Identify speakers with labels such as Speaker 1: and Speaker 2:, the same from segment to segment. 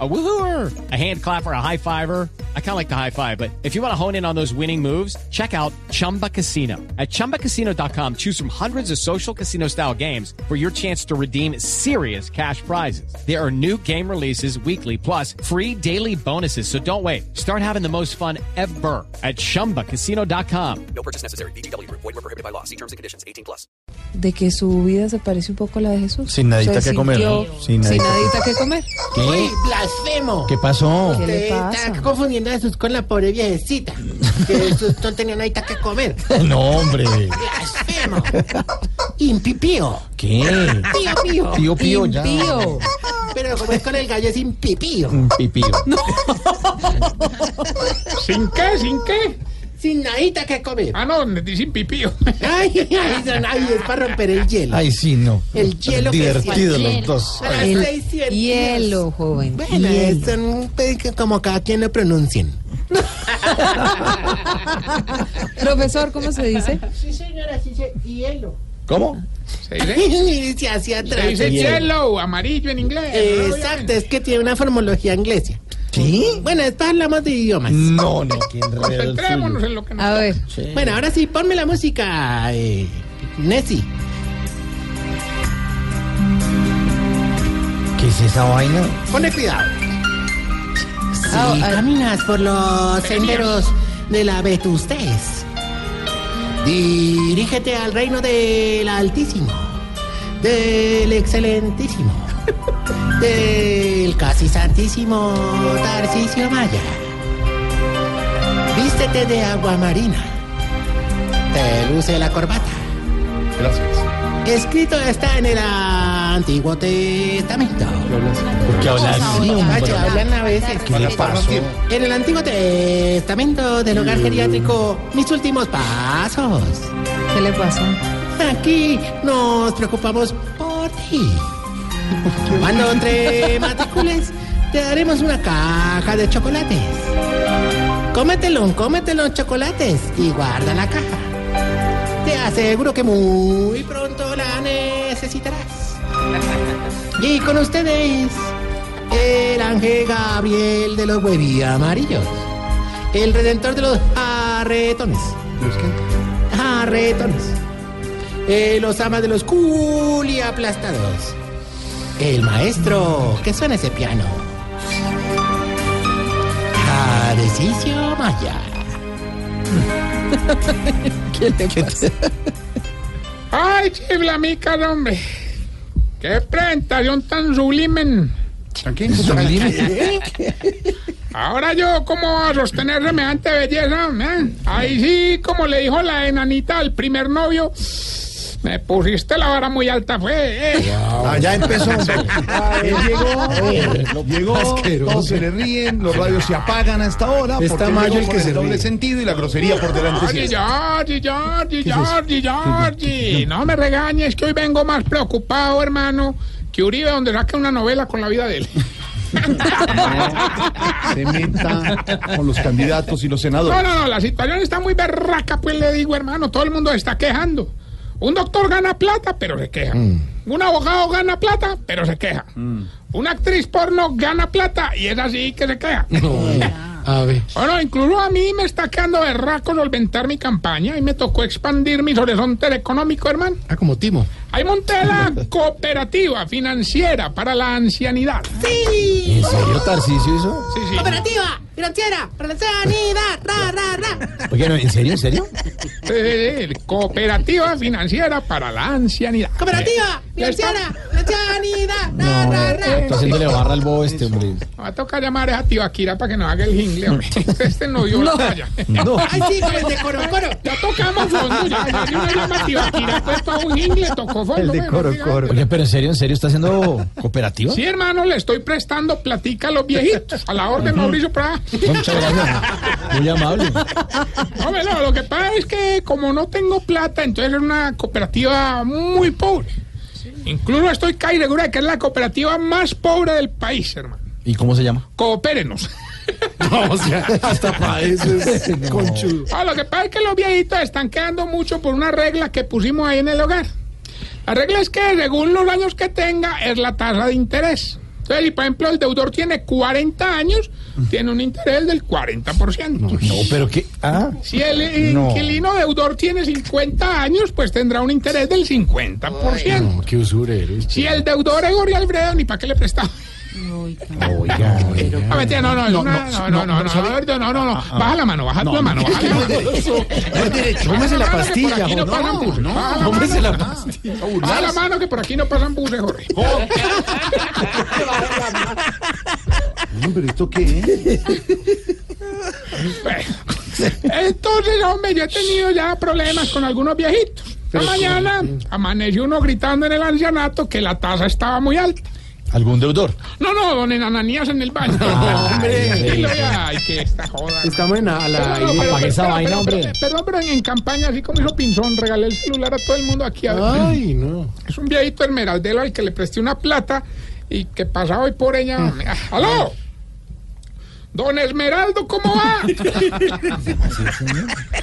Speaker 1: A woohooer, a hand clapper, a high fiver. I kind of like the high five, but if you want to hone in on those winning moves, check out Chumba Casino. At chumbacasino.com, choose from hundreds of social casino style games for your chance to redeem serious cash prizes. There are new game releases weekly, plus free daily bonuses. So don't wait. Start having the most fun ever at chumbacasino.com.
Speaker 2: No purchase necessary. BGW. Void were prohibited by law. See terms and conditions. 18 plus.
Speaker 3: de que su vida se parece un poco a la de Jesús.
Speaker 4: Sin nadita
Speaker 3: Se
Speaker 4: que comer,
Speaker 3: sintió
Speaker 4: ¿no?
Speaker 3: Sin
Speaker 4: Sin
Speaker 3: nadita,
Speaker 4: nadita
Speaker 3: que comer.
Speaker 5: ¡Uy, blasfemo!
Speaker 4: ¿Qué pasó?
Speaker 3: ¿Eh? ¿Qué le
Speaker 5: Usted
Speaker 3: pasa?
Speaker 5: Está confundiendo a Jesús con la pobre viejecita. Que Jesús no tenía nada que comer.
Speaker 4: No, hombre.
Speaker 5: ¡Blasfemo! ¡Impipío!
Speaker 4: ¿Qué?
Speaker 5: ¡Pío, pío!
Speaker 4: Pío, pío, ya.
Speaker 3: Impío.
Speaker 5: Pero como es con el gallo es impipío.
Speaker 4: Pipío.
Speaker 6: ¿Sin qué? ¿Sin qué?
Speaker 5: Sin nadita que comer.
Speaker 6: Ah, no, me dicen pipío.
Speaker 5: ¡Ay, ay, don- ay! Es para romper el hielo.
Speaker 4: Ay, sí, no.
Speaker 5: El hielo que
Speaker 4: Divertido
Speaker 5: se-
Speaker 4: los dos.
Speaker 5: A las
Speaker 3: El
Speaker 5: seis y el-
Speaker 3: hielo, joven.
Speaker 5: Bueno,
Speaker 3: hielo.
Speaker 5: son pues, que como cada quien lo pronuncien.
Speaker 3: Profesor, ¿cómo se dice?
Speaker 5: Sí, señora, sí, hielo.
Speaker 4: ¿Cómo?
Speaker 6: ¿Se dice?
Speaker 5: Y se hacía
Speaker 6: Se
Speaker 5: atrás.
Speaker 6: dice
Speaker 4: Hielo.
Speaker 6: yellow, amarillo en inglés. ¿no lo
Speaker 5: Exacto,
Speaker 6: ven?
Speaker 5: es que tiene una formología inglesa.
Speaker 4: ¿Qué?
Speaker 5: Bueno, después hablamos de idiomas.
Speaker 4: No, no, qué enredo el
Speaker 6: Concentrémonos
Speaker 4: suyo.
Speaker 6: en lo que nos
Speaker 3: A ver,
Speaker 4: Sí.
Speaker 5: Bueno, ahora sí, ponme la música, eh, Nessie.
Speaker 4: ¿Qué es esa vaina?
Speaker 5: Ponle cuidado. Si
Speaker 3: Ah, ah.
Speaker 5: caminas por los senderos de la vetustez, dirígete al reino del Altísimo, del Excelentísimo, del Casi Santísimo Tarcisio Maya. Vístete de agua marina, te luce la corbata.
Speaker 4: Gracias.
Speaker 5: Escrito está en el Antiguo Testamento.
Speaker 4: ¿Por qué hablas así,
Speaker 5: Ay,
Speaker 4: hombre?
Speaker 5: hablan a veces.
Speaker 4: ¿Qué le pasó?
Speaker 5: En el Antiguo Testamento del hogar geriátrico, mis últimos pasos.
Speaker 3: ¿qué le pasó?
Speaker 5: Aquí nos preocupamos por ti. Cuando te matricules, te daremos una caja de chocolates. Cómetelo, cómetelo los chocolates y guarda la caja. Te aseguro que muy pronto la necesitarás. Y con ustedes, el ángel Gabriel de los huevíamarillos, amarillos, el redentor de los arretones. Arretones. Eh, los amas de los culiaplastados. aplastados. El maestro, ¿qué suena ese piano? Tarcisio Maya.
Speaker 6: ¡Ay, chiblamica, hombre! ¡Qué presentación tan sublimen! Ahora yo, ¿cómo voy a sostener semejante belleza? eh? Ahí sí, como le dijo la enanita al primer novio, me pusiste la vara muy alta, fue. eh.
Speaker 4: Ah, ya empezó.
Speaker 7: Él llegó, llegó, todos se le ríen, los radios se apagan a esta hora.
Speaker 4: Está
Speaker 7: porque él
Speaker 4: mal
Speaker 7: llegó
Speaker 4: el
Speaker 7: con
Speaker 4: que se
Speaker 7: doble
Speaker 4: ríe.
Speaker 7: sentido y la grosería por delante.
Speaker 6: Jorge,
Speaker 7: siempre.
Speaker 6: Jorge, Jorge, Jorge, Jorge. No me regañes que hoy vengo más preocupado, hermano, que Uribe donde saca una novela con la vida de él.
Speaker 7: Se meta con los candidatos y los
Speaker 6: No,
Speaker 7: senadores.
Speaker 6: no, no, la situación está muy berraca, pues le digo, hermano, todo el mundo se está quejando. Un doctor gana plata, pero se queja.
Speaker 5: Mm.
Speaker 6: Un abogado gana plata, pero se queja. Una actriz porno gana plata y es así que se queja.
Speaker 5: A ver.
Speaker 6: Bueno, incluso a mí me está quedando berraco solventar mi campaña y me tocó expandir mis horizontes económicos, hermano.
Speaker 5: Ah, como Timo.
Speaker 6: Ahí monté la cooperativa financiera para la ancianidad.
Speaker 5: ¡Sí!
Speaker 4: ¿En serio, Tarcicio, eso?
Speaker 6: Sí, sí.
Speaker 5: ¡Operativa! ¡Financiera! ¡Para la sanidad! ¡Ra, ra, ra!
Speaker 4: Oye, no, ¿en serio, en serio?
Speaker 6: Sí, sí, sí. Cooperativa financiera para la ancianidad.
Speaker 5: ¡Cooperativa! ¡Financiera! ¡Para la sanidad! ¡Ra, ra, ra!
Speaker 4: Está haciéndole barra al bobo este, hombre.
Speaker 6: Me Va a tocar llamar a Tibaquira para que nos haga el jingle. hombre. Este no dio la talla.
Speaker 4: No.
Speaker 5: ¡Ay, sí, con el de Coro Coro!
Speaker 6: Ya tocamos fondo. Ya, ya que uno llama a Tibaquira, pues para un jingle tocó fondo.
Speaker 7: El de
Speaker 6: hombre,
Speaker 7: Coro Coro.
Speaker 4: Oye, pero en serio, en serio, ¿está haciendo cooperativa?
Speaker 6: Sí, hermano, le estoy prestando platica a los viejitos. A la orden, Mauricio Prada.
Speaker 4: No, Muchas gracias. Muy amable.
Speaker 6: No, bueno, lo que pasa es que como no tengo plata, entonces es una cooperativa muy pobre. Incluso estoy casi segura de que es la cooperativa más pobre del país, hermano.
Speaker 4: ¿Y cómo se llama?
Speaker 6: Coopérenos.
Speaker 7: No, o sea, hasta para eso es conchudo.
Speaker 6: Ah, lo que pasa es que los viejitos están quedando mucho por una regla que pusimos ahí en el hogar. La regla es que según los años que tenga es la tasa de interés. Entonces, si por ejemplo el deudor tiene 40 años, tiene un interés del 40%.
Speaker 4: No, pero qué. Ah,
Speaker 6: Si el eh,
Speaker 4: No.
Speaker 6: inquilino deudor tiene 50 años, pues tendrá un interés del 50%.
Speaker 7: qué usurero.
Speaker 6: Si el deudor es Gorri Alfredo, ni para qué le prestaba.
Speaker 4: oiga.
Speaker 6: Ah, mentira, no, no, es una- no, no, no, no, Alberto, no, no, no, baja la mano, baja la mano, baja la mano. Baja mano que
Speaker 7: Tómese la
Speaker 6: por
Speaker 7: pastilla,
Speaker 6: aquí no pasan buses. Baja Ah, la mano.
Speaker 7: Tómese la pastilla.
Speaker 6: Baja la mano que por aquí no pasan buses, Jorge.
Speaker 7: Hombre, ¿esto qué es?
Speaker 6: Entonces, hombre, yo he tenido ya problemas con algunos viejitos. Esta mañana amaneció uno gritando en el ancianato que la tasa estaba muy alta.
Speaker 4: ¿Algún deudor?
Speaker 6: No, no, don Enananías en el baño. hombre. Ay, que esta joda.
Speaker 7: Estamos en a la...
Speaker 6: No, no, pero-
Speaker 4: Apague esa
Speaker 6: pero-
Speaker 4: vaina,
Speaker 6: pero-
Speaker 4: hombre.
Speaker 6: pero- Perdón, pero en campaña, así como hizo Pinzón, regalé el celular a todo el mundo aquí. a-
Speaker 7: Ay, no.
Speaker 6: Es un viejito esmeraldero al que le presté una plata y que pasaba hoy por ella. Ah, ¡Aló! Don Esmeraldo, ¿cómo va?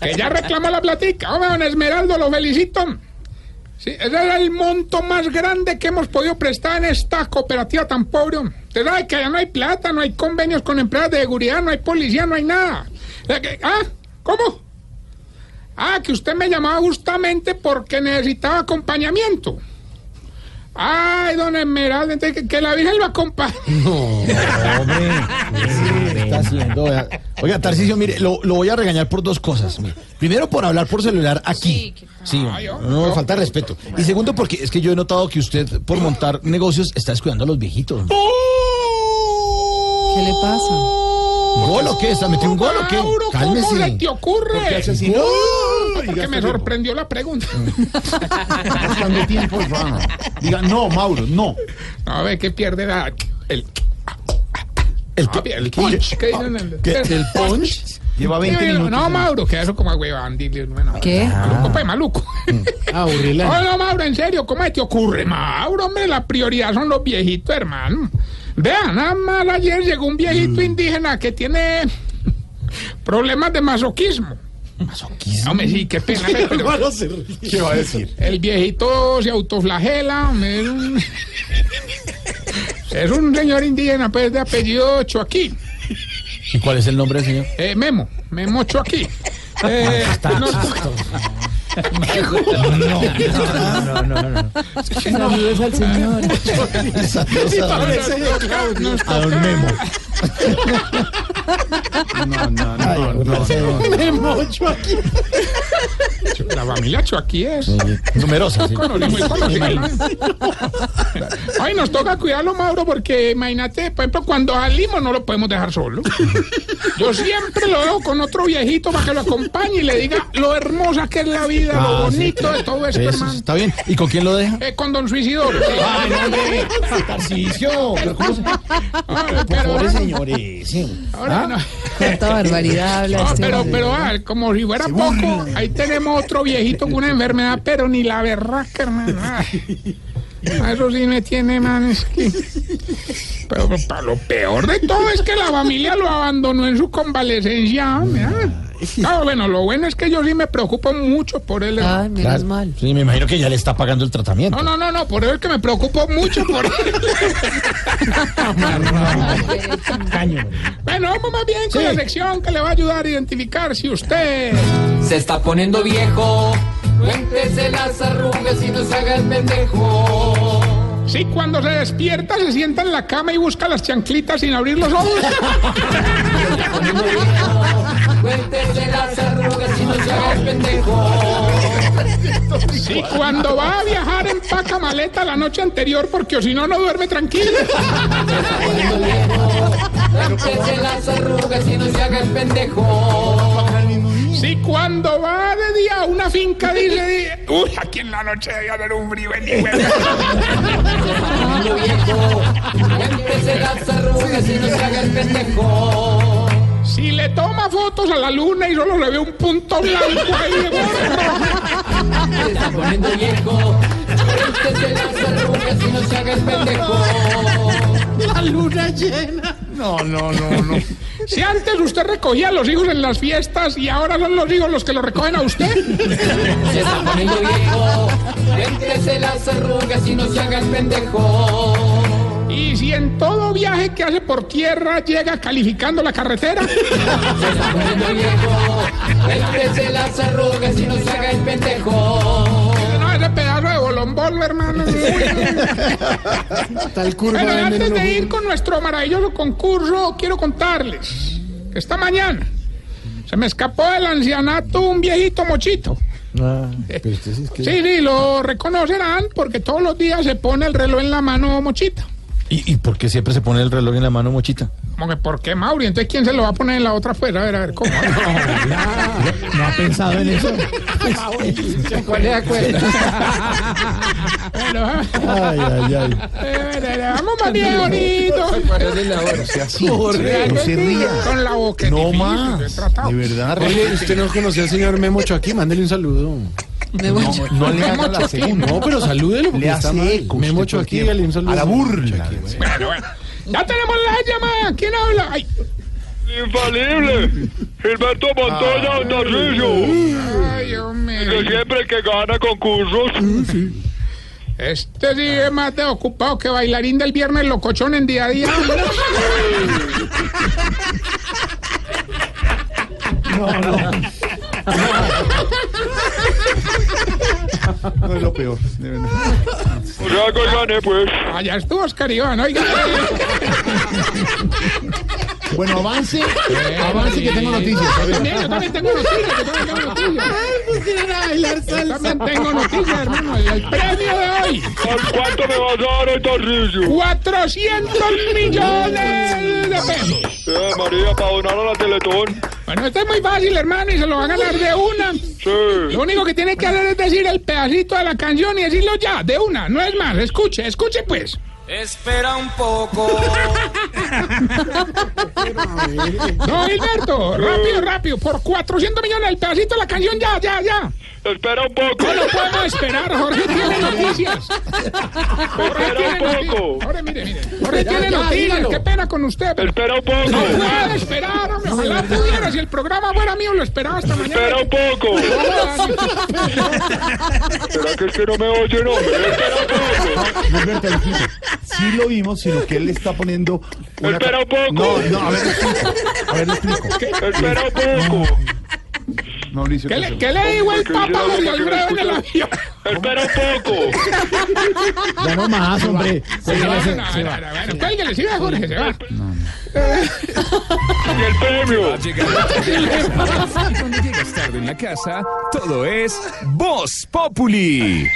Speaker 6: que ya reclama la platica. Hombre, don Esmeraldo, lo felicito. Sí, ese era el monto más grande que hemos podido prestar en esta cooperativa tan pobre. Usted sabe que allá no hay plata, no hay convenios con empresas de seguridad, no hay policía, no hay nada. Eh, que- ¿Ah? ¿Cómo? Ah, que usted me llamaba justamente porque necesitaba acompañamiento. Ay, don Esmeralda, entonces que, que la Virgen lo acompañe.
Speaker 4: Hombre, ¿qué está haciendo? Oiga, Oiga, Tarcisio, mire, lo, lo voy a regañar por dos cosas. mire. Primero, por hablar por celular aquí. Sí,
Speaker 6: Ay,
Speaker 4: no, no, falta de respeto. Y segundo, porque es que yo he notado que usted, por montar negocios, está descuidando a los viejitos.
Speaker 3: ¿Qué le pasa?
Speaker 4: ¿Gol o qué? ¿Está metido un gol o qué?
Speaker 6: Ah, Mauro, ¿cómo se
Speaker 4: Cálmese.
Speaker 6: te ocurre?
Speaker 7: ¿Qué hace Ah. así? pues,
Speaker 6: Porque me sorprendió la pregunta.
Speaker 7: Gastando tiempo, hermano. Diga, no, Mauro, no.
Speaker 6: A ver, ¿qué pierde la- el,
Speaker 4: El,
Speaker 6: ah, el punch? ¿Qué dicen? El,
Speaker 7: Ah,
Speaker 6: Pues,
Speaker 7: ¿Qué, ¿El punch? Lleva 20
Speaker 6: no,
Speaker 7: minutos.
Speaker 6: Mauro, que eso como a huevón, dile, no, no.
Speaker 3: ¿Qué?
Speaker 6: Copa de maluco.
Speaker 7: Ah, Urrila.
Speaker 6: No, no, Mauro, en serio, ¿cómo se te ocurre, Mauro? Hombre, la prioridad son los viejitos, hermano. Vean, nada más ayer llegó un viejito indígena que tiene problemas de masoquismo. ¿Masoquismo? Hombre, sí, qué pena. pero
Speaker 7: ¿Qué va a decir?
Speaker 6: el viejito se autoflagela. hombre, Es un, es un señor indígena, pues, de apellido Choaquí.
Speaker 4: ¿Y cuál es el nombre del señor?
Speaker 6: Eh, Memo, Memo Choaquí. Eh, no,
Speaker 3: Saludos al señor.
Speaker 4: A don Memo.
Speaker 7: No, no, no. no,
Speaker 6: la familia Choaquí es...
Speaker 4: Numerosa, sí.
Speaker 6: Bueno, muy conocido, ¿no? Ay, nos toca cuidarlo, Mauro, porque imagínate, por ejemplo, cuando salimos no lo podemos dejar solo. Yo siempre lo dejo con otro viejito para que lo acompañe y le diga lo hermosa que es la vida, lo
Speaker 4: Ah, sí,
Speaker 6: bonito de todo esto,
Speaker 4: Eso,
Speaker 6: hermano.
Speaker 4: está bien. ¿Y con quién lo deja?
Speaker 6: Eh, con Don Suicidoro. sí.
Speaker 4: Tarcisio. Pero ¿cómo se... ¿ah?
Speaker 6: Ah, pero,
Speaker 4: Pobres señores. sí.
Speaker 6: ahora no.
Speaker 3: Cuánta barbaridad habla
Speaker 6: Ah,
Speaker 3: este
Speaker 6: pero,
Speaker 3: hombre.
Speaker 6: pero ah, como si fuera poco, ahí tenemos otro viejito con una enfermedad, pero ni la berraca, hermano. Ay, Eso sí me tiene, man. es que- Pero, pa- lo peor de todo es que la familia lo abandonó en su convalecencia. hombre, ah. Ah, bueno, lo bueno es que yo sí me preocupo mucho por él.
Speaker 3: Ay, menos
Speaker 4: Claro.
Speaker 3: mal.
Speaker 4: Sí, me imagino que ya le está pagando el tratamiento.
Speaker 6: No, no, no, no, por eso es que me preocupo mucho por él. bueno, vamos más bien con la sección que le va a ayudar a identificar si usted...
Speaker 8: Se está poniendo viejo. Cuéntese las arrugas y no se haga el pendejo.
Speaker 6: Sí, cuando se despierta se sienta en la cama y busca las chanclitas sin abrir los ojos.
Speaker 8: Cuéntese las arrugas y no se haga el pendejo.
Speaker 6: Sí, cuando va a viajar empaca maleta la noche anterior porque o si no no duerme tranquilo.
Speaker 8: Cuéntese las arrugas y no se haga el pendejo.
Speaker 6: Sí, cuando va de día a una finca dice, di- uy, aquí en la noche debe haber un frío en mi huevo".
Speaker 8: Niño viejo. Cuéntese las arrugas y no se haga el pendejo.
Speaker 6: Si le toma fotos a la luna y solo le ve un punto blanco ahí de bordo.
Speaker 8: Se está poniendo viejo. Cuéntese las arrugas y no se haga el pendejo.
Speaker 6: La
Speaker 5: luna llena.
Speaker 7: No, no, no, no.
Speaker 6: Si antes usted recogía a los hijos en las fiestas y ahora son los hijos los que lo recogen a usted.
Speaker 8: Se está poniendo viejo, véntese las arrugas y no se haga el pendejo.
Speaker 6: Y si en todo viaje que hace por tierra llega calificando la carretera.
Speaker 8: Se está poniendo viejo, véntese las arrugas y no se haga el pendejo.
Speaker 6: No, ese pedazo de bolombol, hermano.
Speaker 7: Tal curva
Speaker 6: Bueno, y antes de ir con nuestro maravilloso concurso, quiero contarles que esta mañana se me escapó del ancianato un viejito mochito.
Speaker 4: Pero usted sí es que-
Speaker 6: Sí, sí, lo reconocerán porque todos los días se pone el reloj en la mano mochita.
Speaker 4: ¿Y, ¿Y por qué siempre se pone el reloj en la mano, Mochita?
Speaker 6: Como que, ¿por qué, Mauri? Entonces, ¿quién se lo va a poner en la otra fuera? A ver, a ver, ¿cómo?
Speaker 4: ¿No ha pensado en eso?
Speaker 8: ¿Cuál es la cuenta?
Speaker 6: Bueno, a ver,
Speaker 4: Ay, ay, ay.
Speaker 6: a ver, vamos, María, bonito.
Speaker 7: No se ría.
Speaker 6: Con la boca. es
Speaker 7: No
Speaker 6: difícil,
Speaker 7: más.
Speaker 6: yo he tratado.
Speaker 7: De verdad,
Speaker 9: Ah. usted no conoce al señor Memocho aquí, mándele un saludo.
Speaker 3: Me voy. a-
Speaker 7: no le haga la segunda.
Speaker 9: No, pero salúdelo porque
Speaker 7: Le
Speaker 9: está
Speaker 7: hace
Speaker 9: mal.
Speaker 7: eco,
Speaker 9: Memocho
Speaker 7: usted,
Speaker 9: aquí,
Speaker 7: por
Speaker 9: dale un saludo.
Speaker 7: A la burla.
Speaker 6: Bueno, bueno. Ya tenemos la llamada. ¿Quién habla? Ay,
Speaker 10: Infalible. Gilberto Montoya, un
Speaker 6: ay, Dios mío.
Speaker 10: siempre que gana concursos.
Speaker 6: Este sí es más desocupado que bailarín del viernes locochón en día a día.
Speaker 7: No es lo peor. de verdad.
Speaker 10: O sea que gane, pues.
Speaker 6: Allá estuvo Oscar Iván, oiga.
Speaker 7: Bueno, avance. Avance Ah, que tengo noticias.
Speaker 6: Ah, Yo también, yo también tengo noticias, yo también tengo noticias.
Speaker 7: pues,
Speaker 6: Yo también tengo noticias, hermano. El premio de hoy,
Speaker 10: ¿Cuánto me vas a dar el torrillo?
Speaker 6: 400 millones de pesos.
Speaker 10: Eh, María, para donar a la Teletón.
Speaker 6: Bueno, esto es muy fácil, hermano, y se lo va a ganar de una.
Speaker 10: Sí.
Speaker 6: Lo único que tiene que hacer es decir el pedacito de la canción y decirlo ya, de una, no es más. Escuche, escuche pues.
Speaker 8: Espera un poco.
Speaker 6: No, Gilberto, rápido, rápido, por 400 millones el pedacito de la canción ya, ya, ya.
Speaker 10: Espera un poco.
Speaker 6: No podemos esperar, Jorge tiene noticias. Jorge tiene
Speaker 10: Espera un
Speaker 6: noticias.
Speaker 10: poco.
Speaker 6: Jorge, mire, mire. Jorge tiene noticias, qué pena con usted. pero
Speaker 10: Espera un poco.
Speaker 6: No puede esperar, hombre, ojalá pudiera. Si el programa fuera mío, lo esperaba hasta
Speaker 10: Espera
Speaker 6: mañana.
Speaker 10: un poco. ¿Será que es que no me oyen, hombre? Espera un poco.
Speaker 7: Gilberto, Gilberto, sí lo vimos, sino que él le está poniendo. una-
Speaker 10: Espera un poco.
Speaker 7: No, no, a ver, le explico. A ver, le explico.
Speaker 10: Espera un poco.
Speaker 7: Mauricio,
Speaker 6: ¿Qué
Speaker 7: ¿qué
Speaker 6: le,
Speaker 7: pasó?
Speaker 6: qué le dijo el
Speaker 10: Porque yo
Speaker 6: papá
Speaker 10: no sé
Speaker 6: Jorge
Speaker 10: por qué me
Speaker 6: Alfredo en el
Speaker 10: escuchan.
Speaker 6: avión?
Speaker 10: Espera un poco.
Speaker 4: Ya no más, hombre.
Speaker 6: Se va, no, no, no, Bueno, cuélguele, siga, Jorge, se va.
Speaker 10: Y el premio.
Speaker 11: Cuando llegas tarde en la casa, todo es Voz Populi.